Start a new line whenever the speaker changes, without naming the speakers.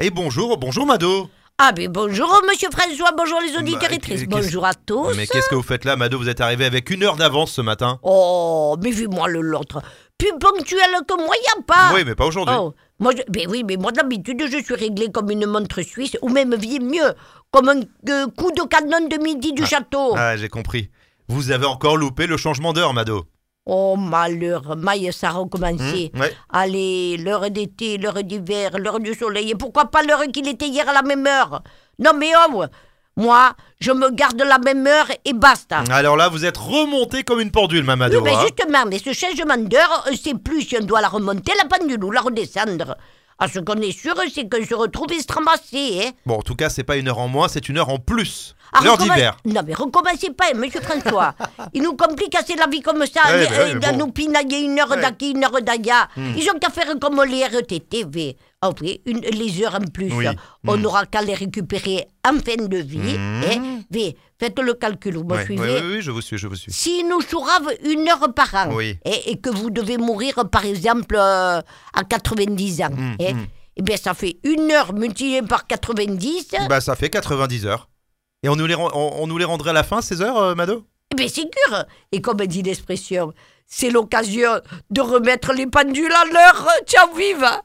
Et bonjour, bonjour Mado
Ah, mais bonjour, monsieur François, bonjour les auditeurs
Bah,
et
qu'est-
tristes, bonjour à tous.
Mais qu'est-ce que vous faites là Mado, vous êtes arrivé avec une heure d'avance ce matin
Oh, mais vu-moi le l'autre. Plus ponctuel que moi, y a pas.
Oui, mais pas aujourd'hui.
Oh, moi, je- mais oui, mais moi d'habitude, je suis réglé comme une montre suisse, ou même bien mieux, comme un euh, coup de canon de midi du château.
Ah, j'ai compris. Vous avez encore loupé le changement d'heure, Mado.
Oh, malheur, maille, ça a
Hmm,
recommencé.
ouais.
Allez, l'heure d'été, l'heure d'hiver, l'heure du soleil, et pourquoi pas l'heure qu'il était hier à la même heure Non, mais oh, moi, je me garde la même heure et basta.
Alors là, vous êtes remonté comme une pendule, ma
Oui,
Mado.
ben
hein.
justement, mais ce changement d'heure, on sait plus si on doit la remonter, la pendule ou la redescendre. À ce qu'on est sûr, c'est qu'on se retrouve estramassé, hein.
Bon, en tout cas, c'est pas une heure en moins, c'est une heure en plus.
Ah,
L'heure
recommen-
d'hiver.
Non, mais recommencez pas, hein, monsieur François. Il nous complique assez la vie comme ça,
Ouais,
et-
ben,
et
mais
de
bon.
nous pinailler une heure
Ouais.
d'acquis, une heure d'aya.
Hmm.
Ils ont qu'à faire comme les RTTV. Ah oui, une- les heures en plus,
Oui. Mm.
on n'aura qu'à les récupérer en fin de vie. hein. Mais faites le calcul, vous me
Hmm. Ouais,
suivez
ouais, ouais, oui, je vous suis, je vous suis.
S'ils nous souravent une heure par an,
Oui.
et, et que vous devez mourir, par exemple, euh, à 90 ans,
Mm,
eh,
mm.
eh bien, ça fait une heure multipliée par 90,
Bah, ça fait 90 heures. Et on nous les, rend- on, on nous les rendrait à la fin, ces heures, euh, Mado
eh bien, c'est sûr. Et comme dit l'expression, c'est l'occasion de remettre les pendules à l'heure. Tiens, vive